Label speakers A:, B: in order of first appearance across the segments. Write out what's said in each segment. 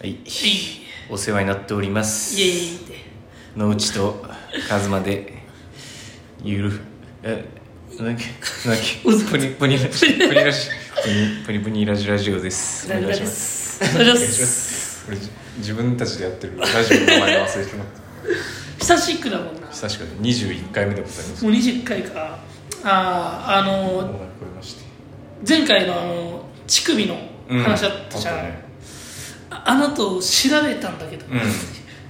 A: はい
B: い
A: お世話になっております
B: イエーイって
A: 野内とカズマでゆるえなんだっけなんだっ けプニプニラジプニラジプニプニプニラジラジオです
B: ラジラ
A: お願いし
B: で
A: ます
B: すお願いし
A: お願いし
B: ま
A: ますす俺じ自分たちでやってるラジオの名前忘れてしまっ
B: 久しくだもんなもう
A: た久しく二十一回目でございます
B: 20回かあああ
A: お
B: の
A: 腹がこりまして
B: 前回のあの乳首の
A: うん
B: 話あったじゃ
A: あ
B: ん、
A: ったね
B: ああなたを調べたんだけど、
A: うん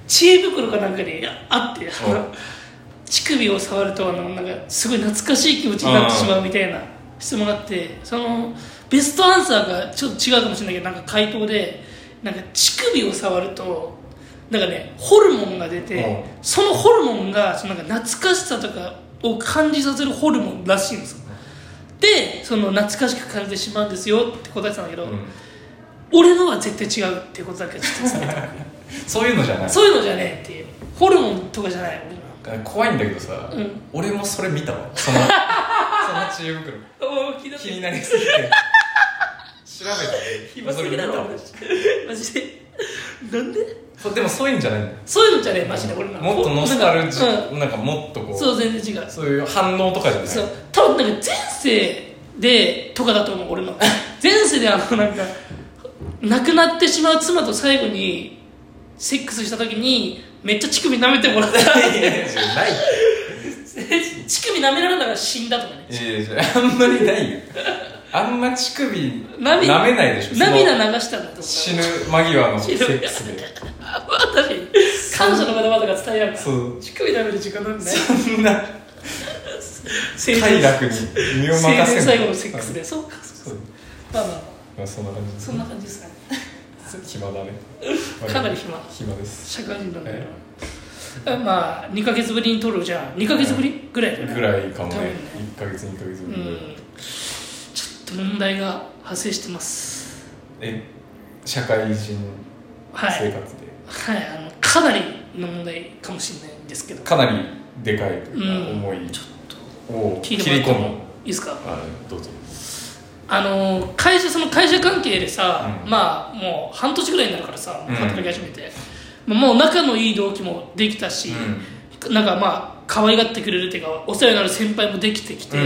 B: 知恵袋かなんかにあってあの
A: お
B: 乳首を触るとあのなんかすごい懐かしい気持ちになってしまうみたいな質問があってそのベストアンサーがちょっと違うかもしれないけどなんか回答でなんか乳首を触るとなんかねホルモンが出て
A: う
B: そのホルモンがそのなんか懐かしさとかを感じさせるホルモンらしいんですよでその懐かしく感じてしまうんですよって答えてたんだけど、
A: うん
B: 俺のは絶対違うっていうことだけちょっと伝えた
A: そういうのじゃない
B: そういうのじゃねえっていうホルモンとかじゃない俺の
A: 怖いんだけどさ、
B: うん
A: 俺もそれ見たわそのその知恵袋
B: おお聞いた
A: 気になりすぎて調べた
B: 今すぐだ
A: それ見た
B: ろ
A: わ
B: マジでなんで
A: そうでもそういうんじゃないんだよ
B: そういうのじゃねえマジで俺の
A: もっとノスタルジ
B: なんか
A: ー、なんかもっとこ
B: うん
A: う
B: そう全然違う
A: そういう反応とかじゃない
B: そう多分なんか前世でとかだと思う俺の前世であのなんか亡くなってしまう妻と最後にセックスした時にめっちゃ乳首舐めても らった
A: いやいやいやない
B: 乳首舐められたから死んだとかね
A: いやいやいやあんまりないよあんま乳首舐め
B: 涙
A: ないでしょその
B: 涙流したんだと思う
A: 死ぬ間際のセックスで
B: あまあ確かに感謝の言葉とか伝えられた
A: そう
B: 乳首舐める時間なんでね
A: そんな
B: 生
A: 快楽に身を任せ
B: 青
A: ない
B: 年最後のセックスでそうかそ
A: そう
B: うかまあまあま
A: まあそんな感じ
B: あそんな感じですかね
A: 暇だね
B: かなり暇
A: 暇です
B: 社会人なんで
A: え
B: まあ2か月ぶりに撮るじゃん2か月ぶりぐらいだよね
A: ぐらいかも
B: 多分
A: ね1か月2か月
B: う
A: ぶりぐらい
B: んちょっと問題が発生してます
A: え社会人生
B: は
A: 活
B: い
A: で、
B: はいあのかなりの問題かもしれないんですけど
A: かなりでかいというか
B: うん
A: 重い
B: ちょっと
A: を切
B: 聞い
A: り
B: てもら
A: 込
B: っても
A: む
B: いいですか
A: はいどうぞ
B: あの会社その会社関係でさ、
A: うん
B: まあもう半年ぐらいになるからさ
A: うん
B: 働き始めて、まあもう仲のいい同期もできたし、なんかまあ可愛がってくれるっていうかお世話になる先輩もできてきて、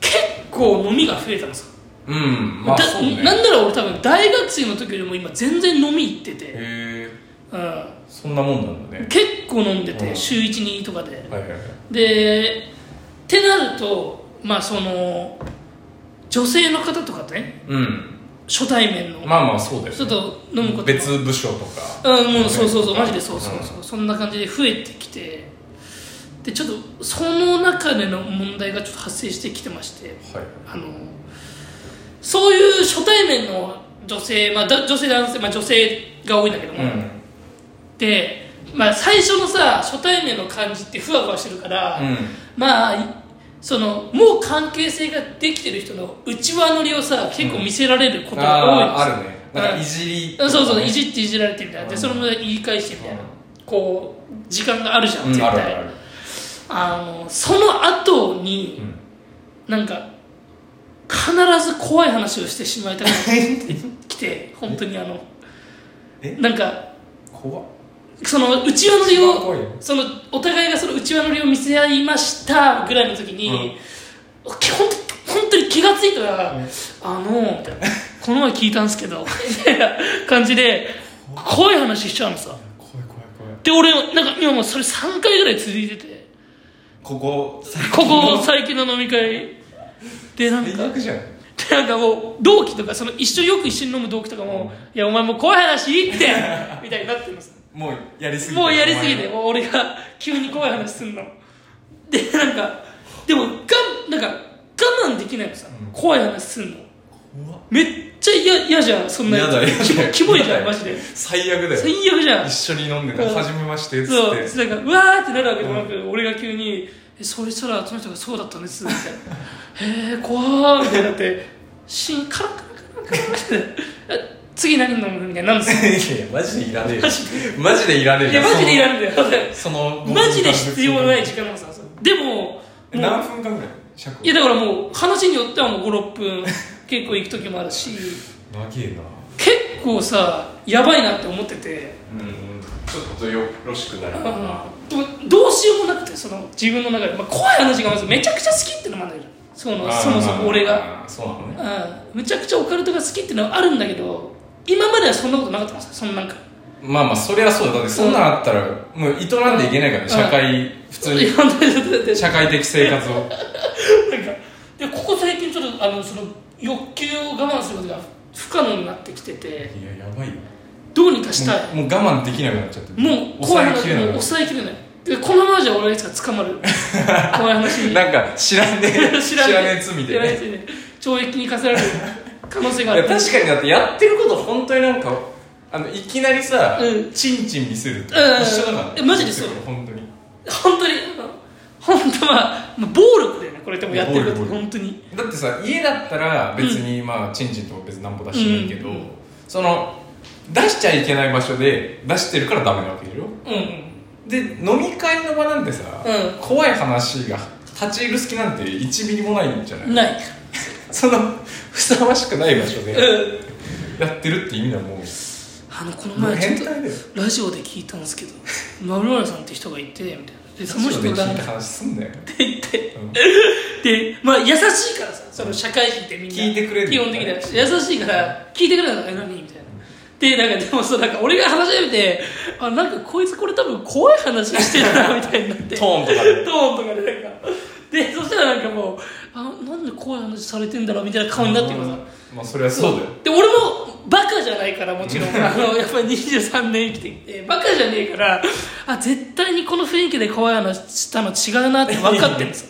B: 結構飲みが増えたのさ、
A: うん、うん、まあ
B: だ
A: そうね
B: なんなら俺多分大学生の時よりも今全然飲み行って
A: へ
B: て、
A: え
B: うん、
A: そんなもんなんだね
B: 結構飲んでて、
A: うん
B: 週12とかで
A: はいはいはい
B: でってなるとまあその女性の方とかとね
A: うん
B: 初対面の
A: まあまあそうだよ、ね、
B: ちょっと飲むことも
A: 別部署とか
B: うんもうそうそうそう
A: ね
B: マジでそうそうそう、そんな感じで増えてきてでちょっとその中での問題がちょっと発生してきてまして
A: はい
B: あのそういう初対面の女性、まあ、だ女性男性、まあ、女性が多いんだけども、
A: う
B: で、まあ、最初のさ初対面の感じってふわふわしてるから、
A: んうん
B: まあいそのもう関係性ができてる人の内輪乗りをさ結構見せられることが多いんですよ
A: あーあるねなんかいじりとか
B: うん
A: ね
B: そうそういじっていじられてみたいなで
A: うん
B: それも言い返してみたい
A: う
B: な
A: ん
B: こう時間があるじゃん
A: うん
B: 絶
A: あるあるあ
B: 対
A: る
B: あのその後になんか必ず怖い話をしてしまいたくなって きて本当にあの
A: え
B: なんか
A: 怖っ
B: その内輪乗り
A: 一番怖いよ
B: をそのお互いがその内輪乗りを見せ合いましたぐらいの時に、
A: うん
B: 本当本当に気がついたら、
A: うん
B: あのーみたいなこの前聞いたんですけどみたいな感じで怖い話しちゃうのさ
A: 怖い怖い怖い
B: で俺なんか今もうそれ3回ぐらい続いてて
A: ここ
B: ここ最近の飲み会でなん
A: 最
B: か
A: 悪じゃん
B: でなんかもう同期とかその一緒よく一緒に飲む同期とかも「いやお前もう怖い話いいって」みたいになってます
A: もうやりすぎて
B: もうやりすぎてもう俺が急に怖い話すんのでなんかでもがなんか我慢できないのさ、
A: うん
B: 怖い話すんの
A: 怖っ
B: めっちゃ嫌嫌じゃんそんなやつ
A: 嫌だ嫌だ
B: キモキモいじゃ
A: 嫌だ
B: ん
A: よ
B: マジで
A: 最悪だ
B: 最
A: よ
B: 悪じゃ ん
A: 一緒に飲んで
B: う
A: た
B: ん
A: 初めましてっつ
B: そう
A: って
B: なんかうわーってなるわけでもなく、俺が急に「えそれしたらその人がそうだったんです」みたいな「へえ怖ー」みたいになってシーンカランカランカランカランって え次何飲むみたいになるんです よ
A: いやマジでいら ねえよ
B: マジで
A: マジでいらねえ
B: い
A: よ
B: やマジでいら んだよ
A: そのその
B: マジで必要ない時間なんですよでももう
A: 何分間ぐらい尺
B: いやだからもう話によってはもう56分結構行く時もあるし
A: 長えな
B: 結構さやばいなって思ってて
A: うんちょっとよろしくなる
B: あでもどうしようもなくてその自分の中で、まあ、怖い話がまずめちゃくちゃ好きってのもあるんだけどそのそもそも俺が。
A: あーそうなのね
B: うん、むちゃくちゃオカルトが好きっていうのはあるんだけど今まではそんなことなかったんですよそのなんか
A: まあまあそりゃそうだだってそんなんあったらもう営んでいけないからね社会普通
B: い
A: に
B: や本当にちょっと だって
A: 社会的生活を
B: なんかでここ最近ちょっとあのその欲求を我慢することが不可能になってきてて
A: いややばいよ
B: どうにかしたい
A: もうもう我慢できなくなっちゃって
B: もう怖い
A: 抑えき
B: 話
A: れな
B: もう
A: くなっち
B: 抑えきれないでこのままじゃ俺はいつか捕まる怖い話
A: ゃう
B: に
A: なんか知らんね え知らねえ罪
B: 知
A: で
B: らね
A: ね
B: え罪で懲役に課せられる可能性があ
A: いや
B: る
A: 確かにだってやってること本当になんかあのいきなりさ、
B: うん
A: チンチン見せると
B: うん
A: 一緒だから
B: えマジでそう
A: 本当に
B: 本当に本当はまあ暴力だよねこれでもやってるこ
A: 暴
B: と
A: 力
B: 本当に
A: だってさ家だったら別に、まあチンチンとか別になんぼ出してもいいけど、
B: うん
A: その出しちゃいけない場所で出してるからダメなわけでしょ
B: うんうん
A: で飲み会の場なんてさ、
B: うん
A: 怖い話が立ち入る隙なんて1ミリもないんじゃない、
B: ない
A: そのふさわしくない場所で
B: うん
A: やってるって意味はもう
B: あのこの
A: もう
B: 前
A: 変
B: ちょ
A: 態
B: っと
A: だよ
B: ラジオで聞いたんですけど丸丸さんって人がいてみたいなでその
A: ラジオ
B: 人
A: で
B: が
A: 聞いた話すんだよ
B: って言って、
A: うん
B: でまあ優しいからさその社会人ってみんな
A: 聞いてくれる
B: 基本的には優しいから聞いてくれなかったのにみたいなでなんかでもそうなんか俺が話し始めてあなんかこいつこれ多分怖い話してるなみたいになって
A: トーンとかで
B: トーンとかでなんかでそしたらなんかもうあなんで怖い話されてんだろうみたいな顔になってくるさ
A: まあそれはそうだよ
B: で俺もバカじゃないからもちろんあのやっぱり23年生きてきてバカじゃねえからあ絶対にこの雰囲気で怖い話したの違うなって分かってるんですよ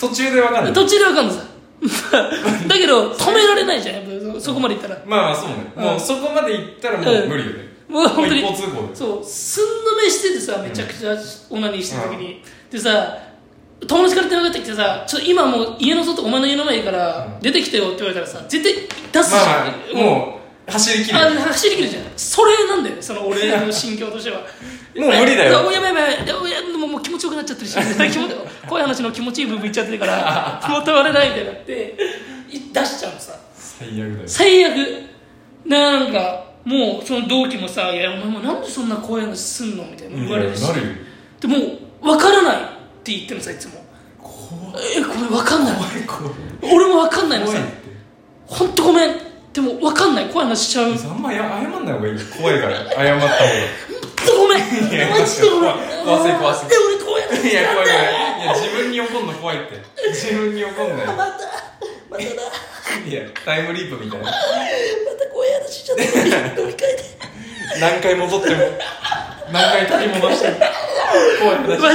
A: 途中でわかる
B: 途中で分かるんですよだけど止められないじゃんやっぱそそこまでいったら
A: まあまあそうね、
B: うん
A: もうそこまで行ったらもう無理よね、
B: もう本当に
A: もう一方通行で
B: そうすんのめしててさめちゃくちゃオナニーしてる時に、でさ友達から電話かかってきてさ「ちょっと今もう家の外お前の家の前いいから出てきてよ」って言われたらさ絶対出すじゃ
A: ま
B: ん、
A: あまあもう走りきる
B: あ走り切るじゃんそれなんだよねその俺の心境 としてはも
A: う無理だよ
B: やばいやばいやばいいやもうもう気持ちよくなっちゃってるし 気持ち怖い話の気持ちいい部分いっちゃってるから 気持ち悪いないみたいになってい出しちゃうのさ
A: 最悪だよ
B: 最悪なんかもうその同期もさ「いやお前もなんでそんな怖い話すんの?」みたいな言われるし
A: なるよ
B: でもう分からないって言ってるのさいつも
A: 怖い
B: えこれ分かんない
A: 怖い
B: 俺も分かんないの
A: 怖
B: さ
A: いって
B: 本当ごめんでも分かんない怖い話しちゃう
A: あんまや謝んない方がいい怖いから謝った方が
B: ごめん
A: いや
B: マジでごめん
A: 怖い怖い
B: で俺こうやっ て
A: いや怖い怖いいや自分に怒んの怖いって自分に怒んない
B: またまただまた
A: いやタイムリープみたいな
B: 怖い話しちゃって飲み会で
A: 何回戻っても何回取り戻しても怖い話しちゃ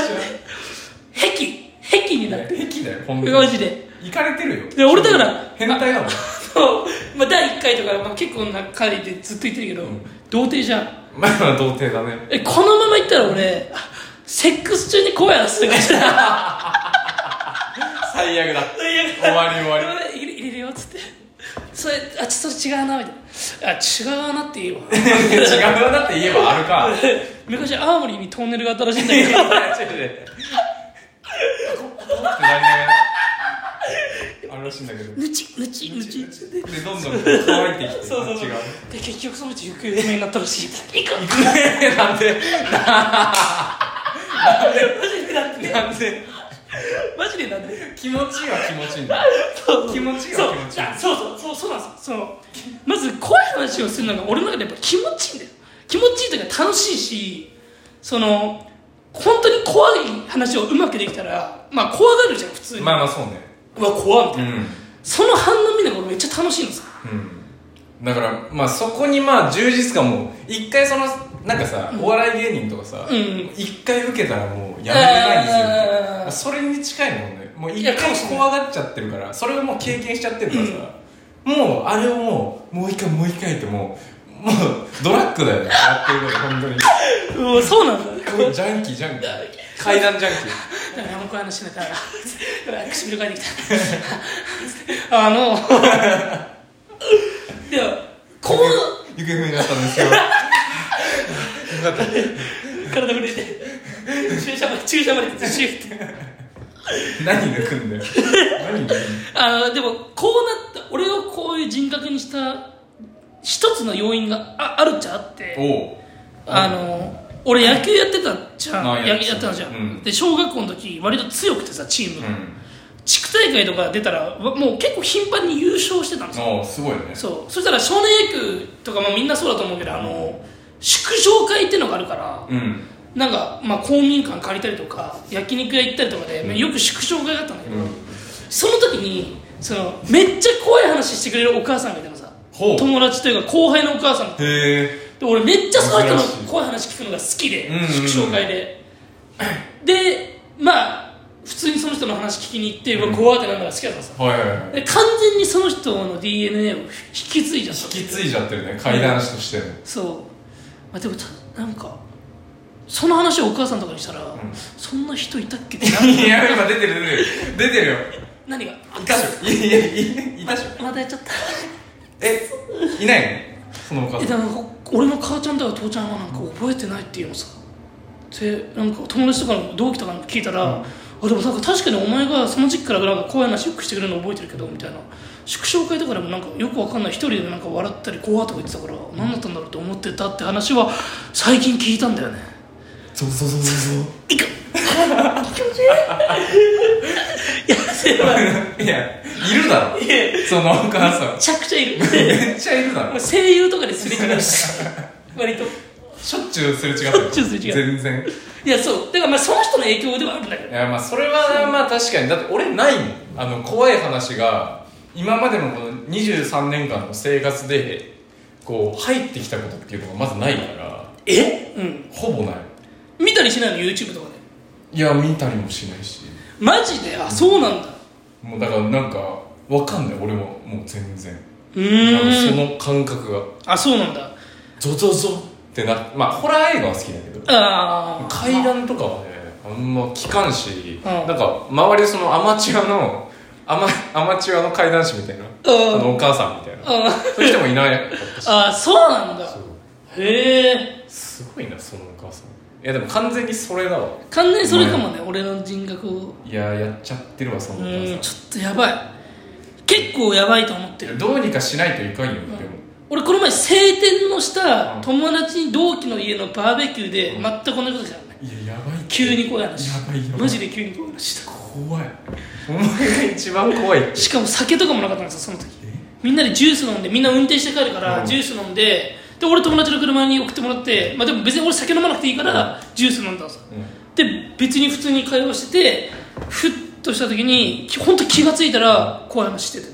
B: 壁壁になっ
A: う
B: て
A: いや癖だよ本当
B: マ
A: に
B: ジで
A: 行かれてるよ
B: いや俺だから
A: 変態だもん
B: そうまあ第1回とか、まあ、結構な回でずっと言ってるけど、
A: うん
B: 童貞じゃん
A: まあまあ童貞だね
B: えこのままいったら俺あセックス中に怖い話とかしたら
A: 最悪だ
B: 最悪
A: 終わり終わり
B: 入れ入れるよっつって それあちょっと違うなみたいなあ違うなって言え ば
A: 違うなって言えばあるか
B: 昔青森にトンネルがあったらしいんだけ ど
A: ってなりながらあるらしいんだけど
B: ぬちぬちぬちぬちで
A: でどんどん乾いてきて
B: そうそうそう
A: 違う
B: で結局そのうち行方不明になったらしい行く
A: なんで
B: マジでだって
A: なんで
B: マジでなんで
A: 気持ちいいは気持ちいいんだ
B: そう
A: 気持ちいい
B: そう
A: は気持ちいい
B: あそうそうそうそうなんですよそのまず怖い話をするのが俺の中でやっぱ気持ちいいんだよ気持ちいいというか楽しいしその本当に怖い話をうまくできたらまあ怖がるじゃん普通に、
A: まあまあそうね
B: うわ怖っみた
A: う
B: いな、
A: ん
B: その反応見ながら俺めっちゃ楽しいのさ
A: うんだからまあそこにまあ充実感も一回そのなんかさお笑い芸人とかさ
B: うん
A: 一回受けたらもうやめれないん
B: あー
A: ですよそれに近いもんねもう一
B: いや
A: 回
B: かもしれない
A: 怖がっちゃってるからそれをもう経験しちゃってるからさもうあれをもうもう一回もう一回ってもうもうドラッグだよねやってること本当に
B: うわそうなんだ
A: もうジャンキージャンキー階段ジャンキー
B: だから怖い話しなかった唇がいてき たあのでもこ
A: 行方
B: う
A: 不明になったんですよ よかった
B: 体震えて注射まで注射までずしって
A: 何抜くんだよ何抜くんだよ
B: あのでもこうなった俺をこういう人格にした一つの要因がああるっちゃあって
A: おう
B: あの俺野球やってたじゃ
A: あ
B: ん
A: や
B: や
A: ってた
B: やってたじゃん、
A: うん
B: で小学校の時割と強くてさチー
A: うん
B: ムが、地区大会とか出たらわもう結構頻繁に優勝してたんですよ
A: おうすごいね
B: そうそしたら少年野球とか、まあ、みんなそうだと思うけどあの祝勝会っていうのがあるから、
A: うん
B: なんか、まあ、公民館借りたりとか焼肉屋行ったりとかで、まあよく縮小会だったんだけど、
A: うん
B: その時にそのめっちゃ怖い話してくれるお母さんがいたのさ
A: ほう
B: 友達というか後輩のお母さん
A: へ
B: で
A: え
B: 俺めっちゃそういう人
A: 珍しい
B: の怖い話聞くのが好きで
A: うんうんうん
B: 縮小会ででまあ普通にその人の話聞きに行って、うわ怖ってなるのが好きだったのさ
A: はいはいはい
B: で完全にその人の DNA を引き継いじゃった
A: 引き継いじゃってるね怪談師としての
B: そう、まあ、でもたなんかその話をお母さんとかにしたら、そんな人いたっけってなる
A: いや今出てる出てる出てるよ
B: 何があ
A: いたっしょいやいやいいたっしょ
B: またやっちゃった
A: えいないのそのお 母
B: え
A: さん
B: でも俺の母ちゃんとか父ちゃんはなんか覚えてないっていうのさでなんか友達とかの同期とかに聞いたら、あでもなんか確かにお前がその時期からなんか怖い話よくしてくれるの覚えてるけどみたいな祝勝会とかでもなんかよくわかんない一人でなんか笑ったり怖いとか言ってたから何だったんだろうって思ってたって話は最近聞いたんだ よね
A: そうそうそうそうそ
B: いく気持ちいいやせばめ
A: う いやいるだろそのお母さん
B: ちゃくちゃいる
A: めっちゃいるだ
B: も
A: ろ
B: う声優とかですれ違 うし割と
A: しょっちゅうすれ違ってる
B: ょっちゅうすれ違う
A: 全然
B: いやそうだからまあその人の影響ではあるんだ
A: い
B: けど
A: やまあそれはまあ確かにだって俺ないもんあの怖い話が今までのこの23年間の生活でこう入ってきたことっていうのがまずないから
B: えうん
A: ほぼない
B: 見たりしないの YouTube とかで
A: いや見たりもしないし
B: マジであそうなんだ
A: もうだからなんかわかんない俺ももう全然
B: う
A: なんかそ
B: ーん
A: の感覚が
B: あそうなんだ
A: ゾゾゾってなまあホラー映画は好きだけど
B: ああ
A: 階段とかはねあんま聞かんし、
B: うん
A: なんか周りでそのアマチュアのアマアマチュアの怪談師みたいな
B: うん
A: あのお母さんみたいな
B: あ
A: そういう人もいないかったし
B: あそうなんだ
A: そう
B: へえ
A: すごいなそのお母さんいやでも完全にそれだわ
B: 完全にそれかもね俺の人格を
A: いややっちゃってるわそのお
B: うん
A: 母
B: ち
A: さ
B: ょっとやばい結構やばいと思って
A: ん
B: る
A: どうにかしないといかんよ、でも
B: 俺この前晴天の
A: う
B: 下
A: ん
B: 友達に同期の家のバーベキューで全く同じことしたよね
A: いややばいって
B: 急に怖い話
A: やばいやばい
B: マジで急に怖い話した
A: 怖いお前が一番怖いって
B: しかも酒とかもなかったんですよその時
A: え
B: みんなでジュース飲んでみんな運転して帰るから、
A: うん
B: ジュース飲んでで俺友達の車に送ってもらって、まあ、でも別に俺酒飲まなくていいから、ジュース飲んだんですよで別に普通に会話しててふっとした時に本当気が付いたら怖い話してて
A: う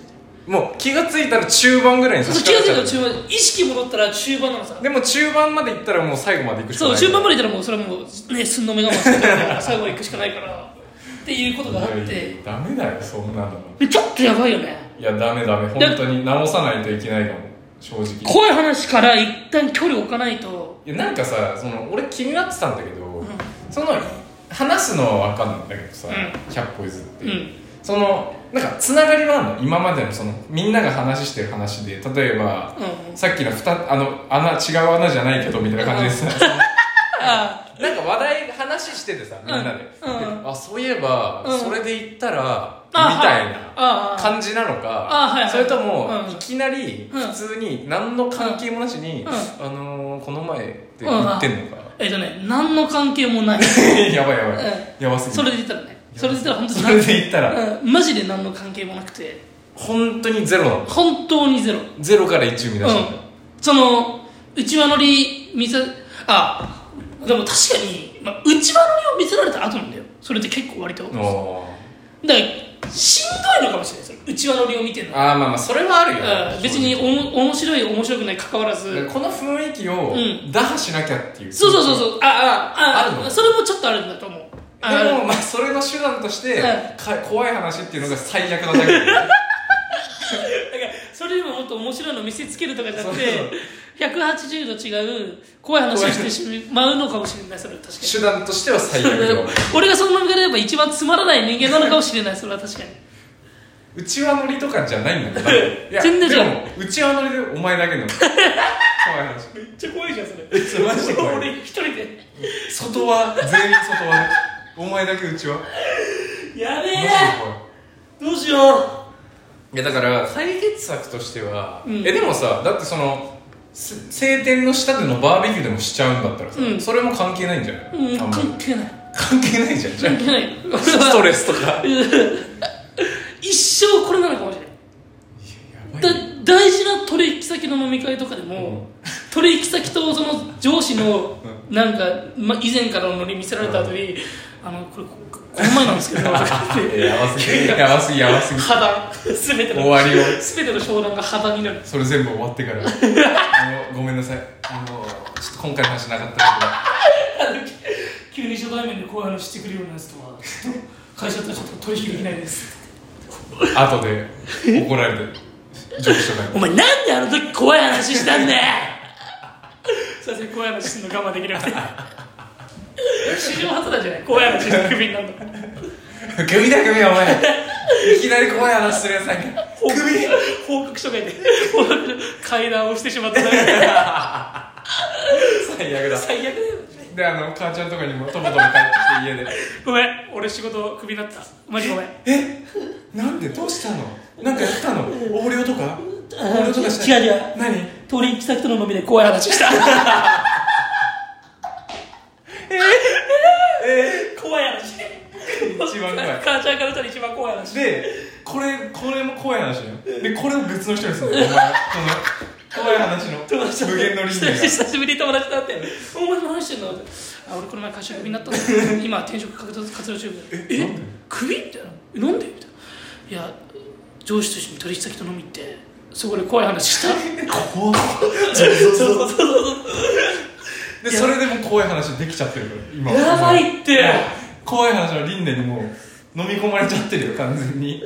A: んもう気がついたら中盤ぐらいに差
B: そう
A: し
B: 気が付いた
A: 掛
B: ら
A: かっちゃ
B: 中盤意識戻ったら中盤なのさ
A: うでも中盤まで行ったらもう最後まで行くしか
B: そ
A: な
B: う
A: い
B: 中盤までいたらもうそれはもうねすんの目が回ってたから最後行くしかないからっていうことがあっ
A: いやい
B: て
A: やダメだよそんなの
B: ちょっとやばいよね
A: いやダメダメ本当に直さないといけないかも正直
B: 怖い話から一旦距離置かないと
A: いやなんかさその俺気になってたんだけど、その話すのは分かんないんだけどさ、
B: う
A: 100歩譲って、
B: うん
A: そのなんかつながりはあるの今までのそのみんなが話してる話で例えば、
B: うん
A: さっきのふたあの穴違う穴じゃないけどみたいな感じでさ、
B: あ
A: なんか話題話しててさみんなで、
B: うんうん
A: であそういえば、
B: うん
A: それで言ったらみ
B: あ
A: たい
B: あ
A: な
B: ああ
A: 感じなのか、
B: あはいはい
A: それとも、
B: うん
A: いきなり
B: うん
A: 普通に何の関係もなしに、
B: うん
A: あのー、この前って言ってんのか、
B: えっとね何の関係もない
A: やばいやばい、
B: う
A: やばすぎ
B: それ
A: る
B: で言ったらねそれで言ったら本当に
A: それで言ったら
B: うんマジで何の関係もなくて
A: 本当にゼロなの
B: 本当にゼロ
A: ゼロから1生み出したんだ、
B: その内輪乗り見せあでも確かに、まあ、内輪乗りを見せられた後なんだよそれって結構割とだか
A: おー
B: らしんどいのかもしれないその内輪乗りを見てるのは
A: あーまあまあそれはあるよ、
B: うん別におも面白い面白くない関わらず
A: この雰囲気を
B: うん
A: 打破しなきゃっていう、
B: そうそうそうそううああ
A: あ
B: あ
A: るの
B: あそれもちょっとあるんだと思うあ
A: でもまあそれの手段として、
B: うん
A: か怖い話っていうのが最悪な だけで
B: だからそれよりももっと面白いの見せつけるとかじゃなくて
A: そう
B: 180度違う怖い話をしてしまうのかもしれないそれは確か
A: 手段としては最悪よ
B: に俺がそのままやれば一番つまらない人間なのかもしれないそれは確かに
A: うちわ乗りとかじゃないんだけどいや
B: 全然じゃん
A: でもうちわ乗りでお前だけの怖い話
B: めっちゃ怖いじゃんそれ
A: そうマジで怖い
B: 俺一人で
A: 外は全員外はお前だけうちわマ
B: やべ
A: ジ
B: え
A: で怖い
B: どうしよ
A: いやだから解決策としては、
B: うん
A: えでもさだってそのせ晴天の下でのバーベキューでもしちゃうんだったらさ、
B: うん
A: それも関係ないんじゃない、
B: うん
A: あんまり
B: 関係ない
A: 関係ないじゃんじゃ
B: 関係ない俺
A: あ
B: は
A: ストレスとか
B: 一生これなのかもしれないだ大事な取引先の飲み会とかでも、取引先とその上司のなんか、ま、以前からのノリ見せられた後に、あのこれここの前な んですけどとか言って
A: やばすぎやばすぎやばすぎ
B: 肌全て
A: 終
B: の
A: わりを
B: 全ての商談が肌になる
A: それ全部終わってからあのごめんなさいあのちょっと今回の話なかった
B: 急に初対面でこういう話してくれるようなやつとはちょっと会社とはちょっと取引できないです
A: けど後で怒られて上司とかに
B: お前なんであの時怖い話したんだよ すいません怖い話するの我慢で きなくて史上初なんじゃない怖い話してクビになるの
A: 「首だ首お前いきなり怖い話するやつなんか
B: 報告 報告書がいて 報告書階段をしてしまっただけ で
A: 最悪だ
B: 最悪だよ
A: であの母ちゃんとかにもとぼとぼ帰ってきて家で
B: ごめん俺仕事クビになったマジごめん
A: えなんでどうしたのなんかやったの横領とか横領とかした
B: 違う違う
A: 何
B: 取引先との飲みで怖い話 したえー、怖い話
A: 一番怖い
B: 母ちゃんからしたら一番怖い話
A: でこれこれも怖い話だよでこれを別の人にするのお前この怖い話の
B: 友達だって
A: 無限の輪廻が
B: 久しぶりに友達だってお前何してんのってあ俺この前会社クビになったんだ今転職活動活動中みたいなえクビみたいなえなんでみたいないや上司と一緒に取引先と飲み行ってそこで怖い話した
A: 怖っ
B: そうそうそう
A: でそれでも怖い話できちゃってるから今
B: やばいって
A: もう怖い話の輪廻にもう飲み込まれちゃってるよ完全に、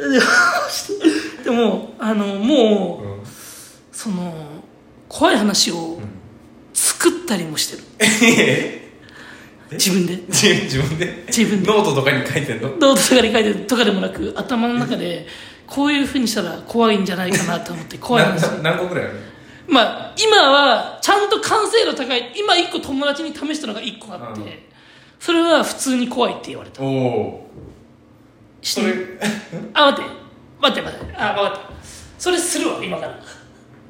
B: でもあのもう
A: うん
B: その怖い話を作ったりもしてる
A: え
B: 自分で
A: 自自分で
B: 自分で
A: ノートとかに書いてんの
B: ノートとかに書いてるとかでもなく頭の中でこういうふうにしたら怖いんじゃないかなと思って怖い
A: な
B: 話
A: な何個ぐらいある
B: まあ今はちゃんと完成度高い今一個友達に試したのが一個あって、
A: うん
B: それは普通に怖いって言われた
A: おお
B: し
A: それ
B: あ待って待って待ってあ分かったそれするわ今から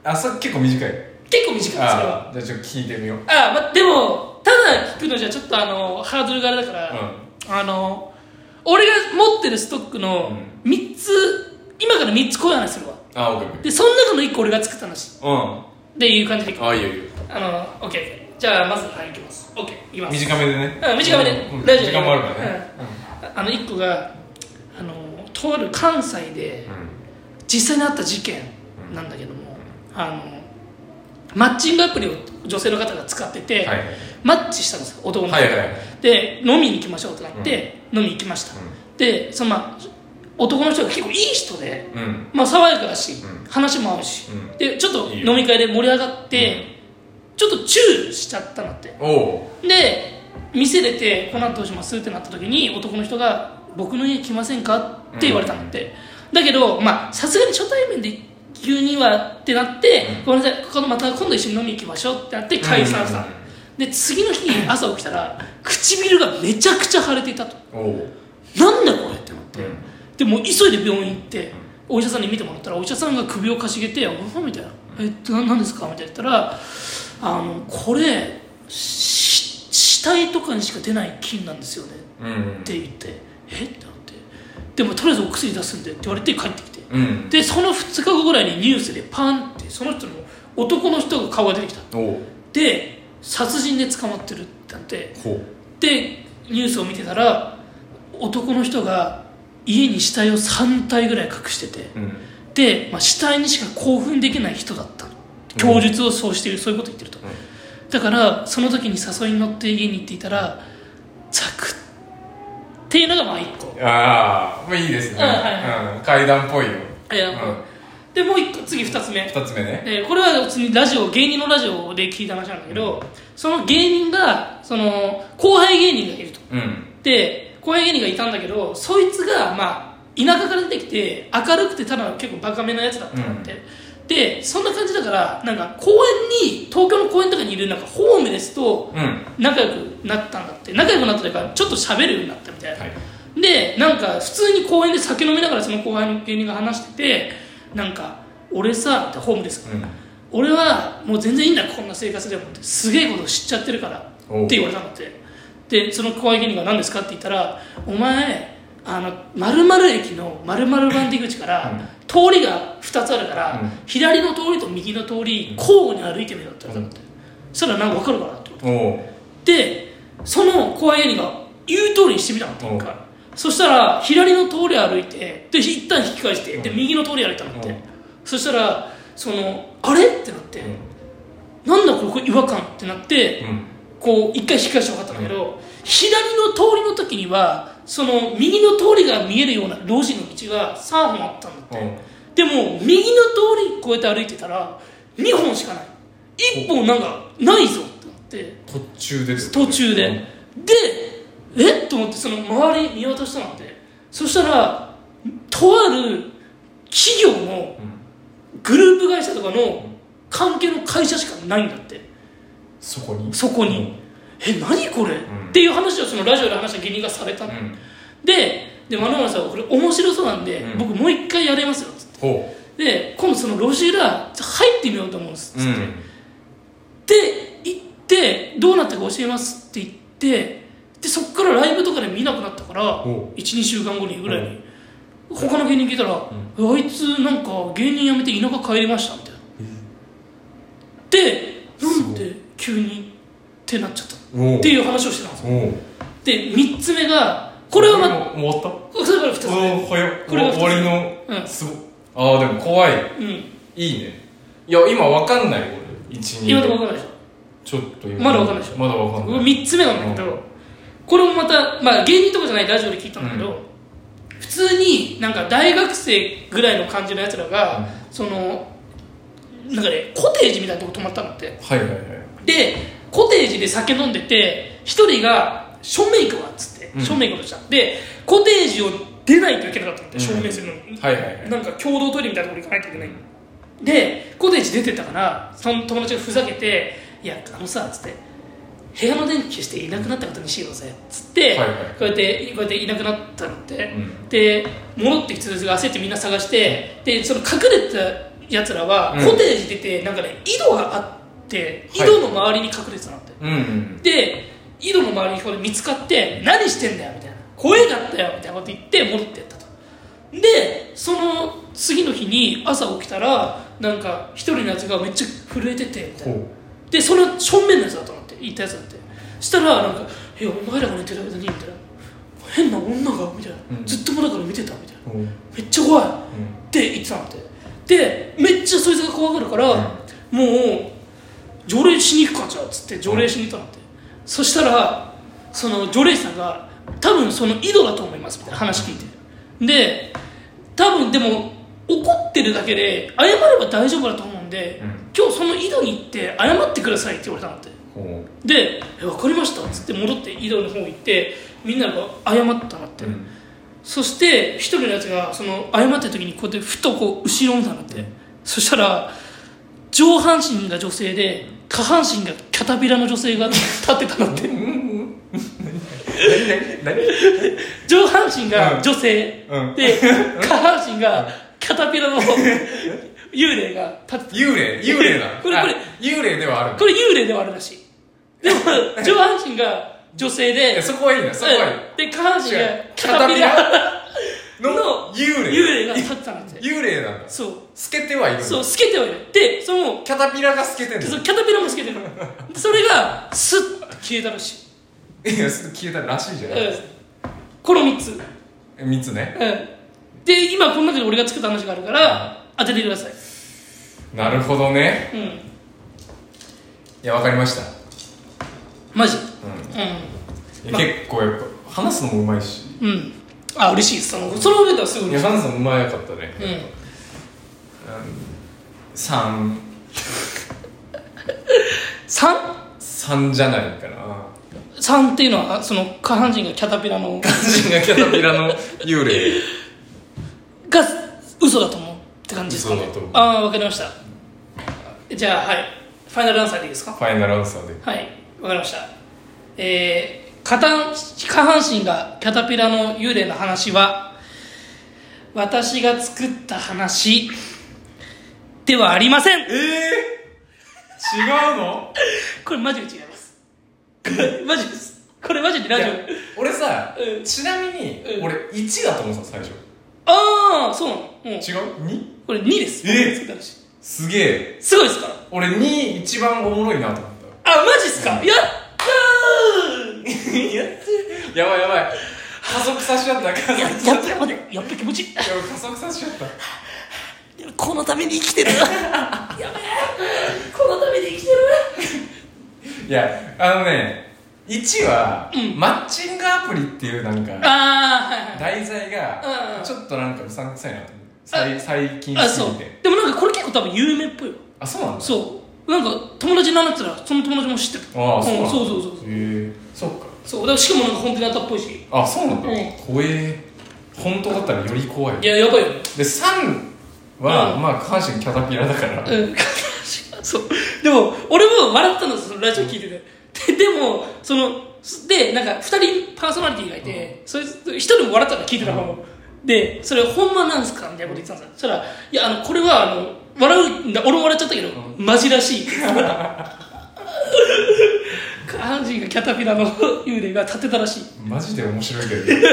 A: あそれ結構短い
B: 結構短いそれは
A: あーじゃあちょっと聞いてみよう
B: あまあでもただ聞くのじゃちょっとあのハードルがあれだから、あの俺が持ってるストックの3つ、今から3つ怖い話するわ
A: あオッケーオッケ
B: でその中の1個俺が作った話
A: ー
B: っていう感じでいく
A: うんあいいよいいよ
B: あの OK じゃあまずはいいきます OK いきます
A: 短めでね
B: うん短めで
A: うん
B: 大丈夫
A: 時間もあるからね
B: あの1個があのとある関西で実際にあった事件なんだけども、あのマッチングアプリを女性の方が使ってて、
A: はいはい
B: マッチしたんですよ男の子が、
A: はいはいはい
B: で飲みに行きましょうとなって、飲みに行きました、でそのまあ男の人が結構いい人で、
A: うんうん
B: まあ、爽やかだし、
A: うん
B: 話も合うし、
A: うん
B: でちょっと
A: いいよ
B: 飲み会で盛り上がって、
A: うん
B: ちょっとチューしちゃったなって
A: おお
B: で店出て「この後どうします?」ってなった時に男の人が「僕の家来ませんか?」って言われたんだって、だけどまあさすがに初対面で急にはってなって「ごめんなさいここのまた今度一緒に飲み行きましょう」ってなって解散した、で次の日朝起きたら唇がめちゃくちゃ腫れていたと
A: おお
B: なんだこれってなって、
A: うん
B: でもう急いで病院行ってお医者さんに見てもらったらお医者さんが首をかしげて「おお」みたいな「えっとななんですか?」みたいな言ったら「あのこれし死体とかにしか出ない菌なんですよね」
A: うん
B: って言って「えっ?」てなって「でもとりあえずお薬出すんで」って言われて帰ってきて
A: うん
B: でその2日後ぐらいにニュースでパンってその人の男の人が顔が出てきた
A: おお
B: で殺人で捕まってるってなって
A: ほう
B: でニュースを見てたら男の人が家に死体を3体ぐらい隠してて
A: うん
B: で、まあ、死体にしか興奮できない人だったの供述をそうしている、そういうこと言ってると、だからその時に誘いに乗って家に行っていたらザクッっていうのがまあ1個
A: ああまあいいですね、
B: うんはい
A: うん階段っぽいよ、
B: いや
A: うん、
B: でもう1個次2つ目
A: 2つ目ね
B: えーこれは普通にラジオ芸人のラジオで聞いた話なんだけどその芸人がその後輩芸人がいると
A: うん
B: で後輩芸人がいたんだけどそいつがまあ田舎から出てきて明るくてただ結構バカめなやつだったんだって、でそんな感じだからなんか公園に東京の公園とかにいるなんかホームレスと
A: うん
B: 仲良くなったんだって仲良くなったというかちょっと喋るようになったみたいな、
A: はい
B: でなんか普通に公園で酒飲みながらその後輩の芸人が話しててなんか俺さってホームレスが
A: うん
B: 俺はもう全然いいんだこんな生活でもってすげえことを知っちゃってるから
A: おう
B: って言われたのってでその怖い芸人が何ですかって言ったらお前あの〇〇駅の〇〇番手口から、通りが2つあるから、
A: うん左
B: 左の通りと右の通り交互に歩いてみろって言われたのって、そしたらなんか分かるかなって
A: おう
B: でその怖い芸人が言う通りにしてみたのって一回
A: う
B: そしたら左の通り歩いてで一旦引き返してで
A: うん
B: 右の通り歩いたのって、
A: うん
B: そしたらそのあれってなって、なんだこれ違和感ってなって、
A: うん
B: こう一回引き返して分かったんだけど、左の通りの時にはその右の通りが見えるような路地の道が3本あったんだって、
A: うん
B: でも右の通り越えて歩いてたら2本しかない1本なんかないぞってなって
A: 途中です
B: 途中で、でえっと思ってその周り見渡したなんてそしたらとある企業のグループ会社とかの関係の会社しかないんだって
A: そこに
B: そこに「え何これっていう話をそのラジオで話した芸人がされた
A: う
B: の、
A: ん
B: でで丸山さんはこれ面白そうなんで、
A: うん
B: 僕もう一回やれますよっつって
A: ほ
B: で今度その路地裏入ってみようと思うんですっ
A: う
B: つ
A: う
B: って、
A: ん
B: で行ってどうなったか教えますって言ってでそっからライブとかで見なくなったから
A: お
B: 12週間後にぐらいに、他の芸人聞いたら、あいつなんか芸人辞めて田舎帰りましたみたいな、でなんで急にってなっちゃった
A: おう
B: っていう話をしてたんですよ
A: おう
B: で3つ目がこれはま
A: もう終わっ
B: それから2つ
A: た
B: 目
A: おお早っ
B: これが二つ
A: 終わりの
B: うん
A: すごいああでも怖い
B: うん
A: いいねいや今わかんない俺一二
B: 今でも分かんないでし
A: ちょっと今
B: まだわかんないでしょ
A: まだわかん
B: ょ
A: ない
B: 3つ目なんだけどこれもまた、まあ、芸人とかじゃないラジオで聞いたんだけど、普通になんか大学生ぐらいの感じのやつらが、
A: うん
B: そのなんかねコテージみたいなとこ泊まったのって
A: はいはいはい
B: でコテージで酒飲んでて一人が「ションメイクは」っつって、
A: うん
B: ションメイクをしたでコテージを出ないといけなかったんで証明するのに、
A: はいはいはい
B: なんか共同トイレみたいなところ行かないといけないでコテージ出てったからその友達がふざけて「いやあのさ」っつって「部屋の電気消していなくなったことにしようぜ」っつって、
A: はいはい
B: こうやってこうやっていなくなったのって、
A: ん
B: で戻ってきたやつが焦ってみんな探してでその隠れてたやつらは、
A: うん
B: コテージ出てなんかね井戸があって井
A: はい
B: 戸の周りに隠れてたのって、
A: うんうん
B: で井戸の周りにこれ見つかって「何してんだよ」みたいな「声だったよ」みたいなこと言って戻ってったとでその次の日に朝起きたらなんか一人のやつがめっちゃ震えててみたい
A: ほ
B: な
A: う
B: でその正面のやつだと思って言ったやつだってしたらなんか「いやお前らが寝てる間に」みたいな「変な女が」みたいな、
A: うん
B: ずっと前から見てたみたいな
A: ほう
B: めっちゃ怖いっ
A: うん
B: て言ってたのってでめっちゃそいつが怖がるから、もう除霊しに行くかじゃあっつって除霊しに行ったのって、そしたらその除霊師さんが多分その井戸だと思いますみたいな話聞いてで多分でも怒ってるだけで謝れば大丈夫だと思うんで、
A: うん
B: 今日その井戸に行って謝ってくださいって言われたのって
A: ほ
B: で「え分かりました」っつって戻って井戸の方行ってみんなが謝ったのって、
A: ううん
B: そして一人のやつがその謝ってる時にこうやってふとこう後ろを見たんだって、そしたら上半身が女性で下半身がキャタピラの女性が立ってたのって
A: 何何
B: 上半身が女性、
A: 何うん
B: で下半身がキャタピラの幽霊が立って
A: 幽霊幽霊だ
B: これこれ
A: あ幽霊ではあるん
B: た
A: だ
B: これ幽霊ではあるらしいでも上半身が女性
A: い
B: で
A: やそこはいいなそこはいい
B: で下半身が
A: 違う
B: キャタピラ
A: の
B: の
A: 幽
B: 幽
A: 霊
B: 霊が立ってたんだって
A: 幽霊なんだ
B: そう
A: 透けてはいるんだ
B: そう透けてはいるでその
A: キャタピラが透けてん
B: で
A: だ
B: そのキャタピラもつけてるのそれがスッと消えたらしい、
A: いやすぐ消えたらしいじゃ
B: うん
A: ないです、
B: この3つ、うん、
A: か3つね
B: で今この中で俺が作った話があるから当ててください、
A: なるほどね
B: うん、
A: いやわかりました
B: マジ
A: う
B: うん
A: い
B: ま
A: や結構やっぱ話すのもうまいし
B: うん、あ嬉しいですそのその上ではすぐ
A: い
B: 嬉
A: や
B: しい
A: 話すのうまかったね
B: うん
A: 三
B: 3
A: 三じゃないかな
B: 三っていうのはその下半身がキャタピラ の
A: 人がキャタピラの幽霊
B: が嘘だと思うって感じですかね
A: 嘘だと思う
B: ああわかりましたじゃあはいファイナルアンサーでいいですか
A: ファイナルアンサーで
B: はい、わかりました。えー、下半下半身がキャタピラの幽霊の話は、私が作った話ではありません。
A: ええ違うの
B: これマジで違います。これマジです。これマジでラジオ
A: い。や俺さ、
B: うん
A: ちなみに、
B: うん
A: 俺1だと思ってた最初
B: ああ、そうなの。うん。
A: 違う 2?
B: これ2です。
A: え
B: 作った話
A: すげえ
B: すごいですか
A: 俺2一番おもろいなと思っ
B: あ、マジっすかやったーやった
A: やばいやばい加速させちゃった加速
B: や
A: させち
B: や
A: ゃ
B: っ
A: っ
B: ぱ
A: た
B: り待ってやっぱり気持ちいい
A: いや加速させちゃった
B: このために生きてる やべえこのために生きてる
A: いやあのね1は、マッチングアプリっていうなんか
B: ああはいは
A: 題
B: い
A: 材
B: うんう
A: が
B: ん
A: ちょっとなんかうさんくさいなと思って最最近
B: あそう
A: 見て
B: でもなんかこれ結構多分有名っぽいわ
A: あそうなんだ
B: そうなんか友達になったらその友達も知ってた
A: ああそうなん
B: ん
A: だ
B: そうそうそ
A: へ
B: う
A: えそっか
B: そうだからしかもなんか本当にあったっぽいし
A: あそうなんだ、
B: うん
A: 怖え本当だったらより怖い
B: いややばいよね
A: で3は、
B: うん
A: まあ下半身キャタピラだから、
B: うんそうでも俺も笑ったんですそのラジオ聞いててででもそのすでなんか2人パーソナリティがいて、それ1人も笑ったの聞いてた方も、でそれほんまなんすかみたいなこと言ってたんですよそしたら「いやあのこれはあの笑うんだ俺も笑っちゃったけど、マジらしい」って言ってた下半身がキャタピラの幽霊が立てたらしい
A: マジで面白い けど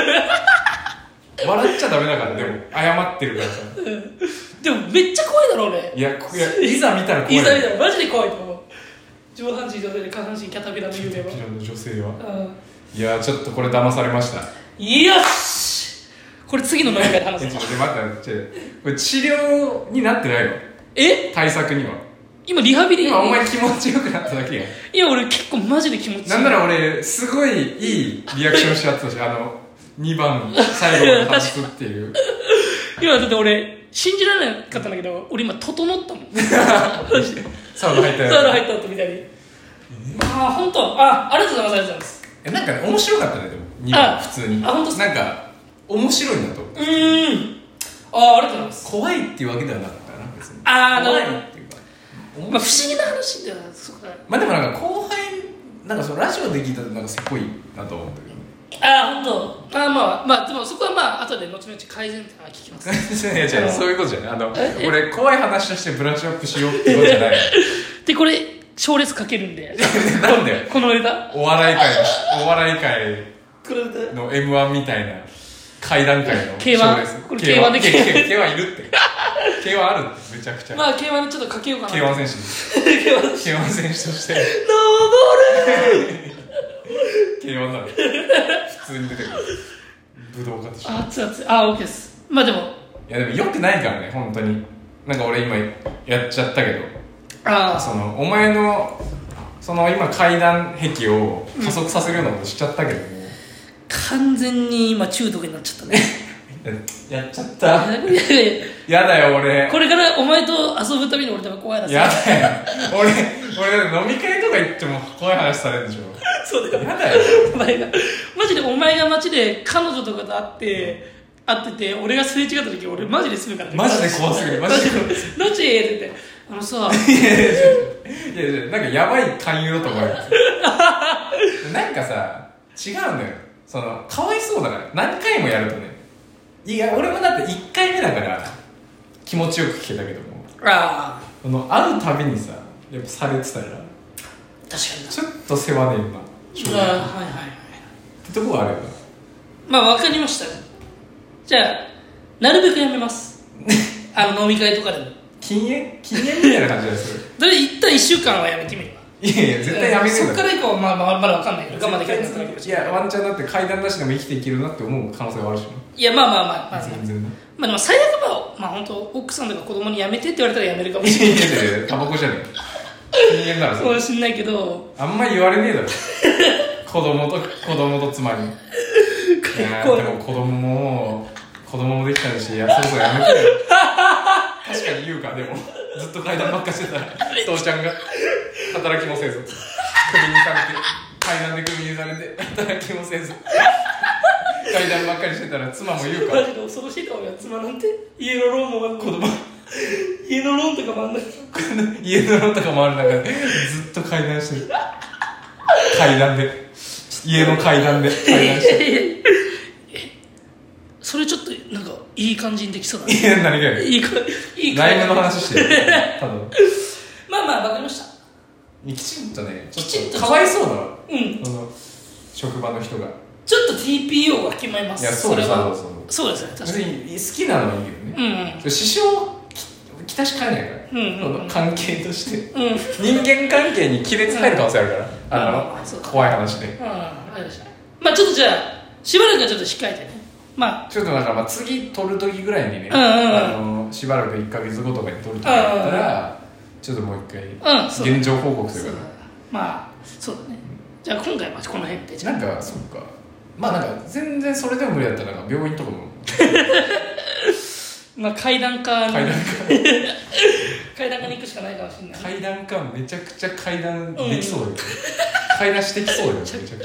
A: 笑っちゃダメだからでも謝ってるからさ
B: でもめっちゃ怖いだろ俺
A: いやこいやいざ見たら怖い
B: いざ見たらマジで怖いと思う上半身女性で下半身キャタピラの幽霊は
A: キャタピラの女性は
B: うん
A: いやちょっとこれ騙されました
B: よしこれ次の飲み会で
A: えちょ
B: 話
A: っ
B: す
A: と
B: わ
A: 待ってちょっとこれ治療になってないよ
B: え
A: 対策には
B: 今リハビリ
A: 今お前気持ちよくなっただけ や
B: 今俺結構マジで気持ちいい
A: なんなら俺すごいいいリアクションしちゃってたしあの2番最後の話すっていう
B: 今だって俺信じられなかったんだけど俺今整ったもんマジで
A: サウナ入った
B: サウナ入
A: っ
B: った後みたいにああ本当あありがとうございますありがとうございます
A: たなんかね面白かったねでも2番
B: あ
A: 普通に
B: あ本当っす
A: なんか面白いなと
B: うーんああありがとうございます
A: 怖いっていうわけではなかったな別に
B: あーな
A: 怖
B: るほど
A: いっていうか面
B: ま
A: 白
B: あ
A: い
B: 不思議な話だよなそうか
A: まあでもなんか後輩なんかそのラジオで聞いたらなんかせっこいなと思ったけ ど
B: ああ本当ああまあまあでもそこはまあ後で後々改善点は聞きます
A: いや違うそういうことじゃないあの
B: え
A: 俺怖い話としてブラッシュアップしようってことじゃ ない
B: でこれ賞レースかけるんで
A: なんだよ
B: このネタ
A: お笑い界のお笑い界
B: このネタ
A: の m 1みたいな階段階の
B: K1
A: 賞レース
B: これ K1 で
A: K1 K1 いるって K1 あるってめちゃくちゃ、
B: まあ K1 ちょっとかけようかな
A: K1 選手です
B: K1
A: K1 選手として
B: 登る
A: K1 なの普通に出てくる武道家として
B: あ熱々あ OK ですまあでも
A: いやでもよくないからね本当になんか俺今やっちゃったけど
B: ああそ
A: そのお前のその今階段壁を加速させるようなことしちゃったけどね、
B: う完全に今中毒になっちゃったね
A: ややっちゃった
B: いやいや
A: やだよ俺
B: これからお前と遊ぶたびに俺多分怖いな
A: やだよ俺俺だって飲み会とか行っても怖い話されるでしょ
B: そうだよ
A: やだよ
B: お前がマジでお前が街で彼女とかと会って会ってて俺がすれ違った時俺マジで住むからね
A: マジで怖すぎるマジで怖
B: どっちって言ってあのさ
A: いやいやなんかやばい勧誘だと思うよなんかさ違うんだよそのかわいそうだから何回もやるとねいや俺もだって1回目だから気持ちよく聞けたけども
B: ああ
A: この会うたびにさやっぱされてたら
B: 確かにな
A: ちょっと世話ねえな正直
B: ああ
A: っ
B: はいはいはい
A: てとこはあるよな
B: まあわかりましたじゃあなるべくやめます あの飲み会とかでも
A: 禁煙禁煙みたいな感じがする
B: それ一旦1週間はやめてみれば
A: いやいや絶対やめねえ
B: そ
A: ん
B: っ
A: だ
B: から以降はまあまあまだわかんないから我慢できない
A: 絶対いやワンチャンだって階段なしでも生きていけるなって思う可能性はあるしね
B: いやまあまあまあまあ、まあ、
A: 全然ね
B: でも最悪はまあ本当奥さんとか子供にやめてって言われたらやめるかもし
A: い
B: れない
A: やいやいやタバコじゃねえ禁煙なら
B: かも
A: さ
B: しんないけど
A: あんま言われねえ だろ子供と子供と妻にいやーでも子供も子供もできたんだしいやそろそろやめてよ確かに言うかでもずっと階段ばっかしてたら父ちゃんが働きもせず首にされて階段で首にされて働きもせず階段ばっかりしてたら妻も言うか
B: マジで恐ろしいと思うよ妻なんて家のローンも子供家のローンとかもあんな
A: 家のローンとかもある中でずっと階段してる階段で家の階 段で階段してる
B: えそれちょっとなんかいい感じにできそうだね
A: いや何がやる
B: いいかいい感じ
A: ライブの話してるただ
B: まあまあわかりました
A: きちんとねちょっ
B: きちんと
A: かわいそうだわ
B: うん
A: その職場の人が
B: ちょっと TPO が決まりま
A: い
B: す
A: やそう
B: れ
A: だそう
B: は
A: だそうだ
B: そうですね確か
A: 別に
B: に
A: 好きなのはいいけどね、
B: うん
A: 支障をききたしかねないから、
B: うんうんうん
A: その関係として
B: うんうん
A: 人間関係に亀裂入る可能性あるから、
B: う
A: あ
B: んそう
A: の怖い話で
B: ありましたまあちょっとじゃあしばらくはちょっと控えてねまあ
A: ちょっとだからまあ次撮る時ぐらいにね、
B: うんうん
A: あのしばらく1か月後とかに撮る時だったら、ちょっともう一
B: うんそう
A: 回現状報告す
B: そう
A: る
B: だ
A: か
B: まあそうだねじゃあ今回はこの辺でじ
A: ら、
B: ゃあ
A: なんかそっかまあなんか全然それでも無理だったらなんか病院とかも
B: まあ階段か
A: 階段か
B: 階段かに行くしかないかもしれない
A: 階段かめちゃくちゃ階段できそうだよ、ね階段してきそうだよ、ね、めちゃくちゃ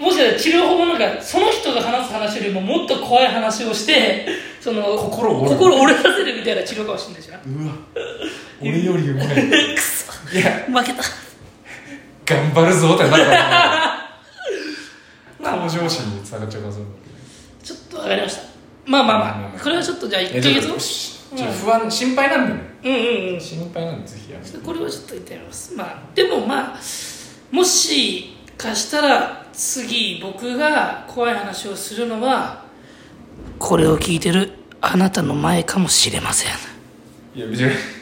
B: もしかしたら治療法もなんかその人が話す話よりももっと怖い話をしてその
A: 心折る
B: 心折れさせるみたいな治療かもしれ ないじゃん
A: うわ俺よりうまいい
B: くそ
A: や
B: 負けた
A: 頑張るぞってなるから
B: まあ
A: 向上心につながっちゃうかもしれない
B: ちょっと上がりましたまあまあ
A: まあま
B: ま
A: あ
B: あ
A: まあ
B: これはちょっとじゃあ1
A: え
B: ヶ
A: ちょっ
B: 月
A: と
B: 後
A: ちょっと不安心配なんだよね
B: うんうんうんち
A: 心配なんでぜひやめて
B: ょっとこれはちょっと言ってやりますまあでもまあもしかしたら次僕が怖い話をするのはこれを聞いてるあなたの前かもしれません
A: いや別に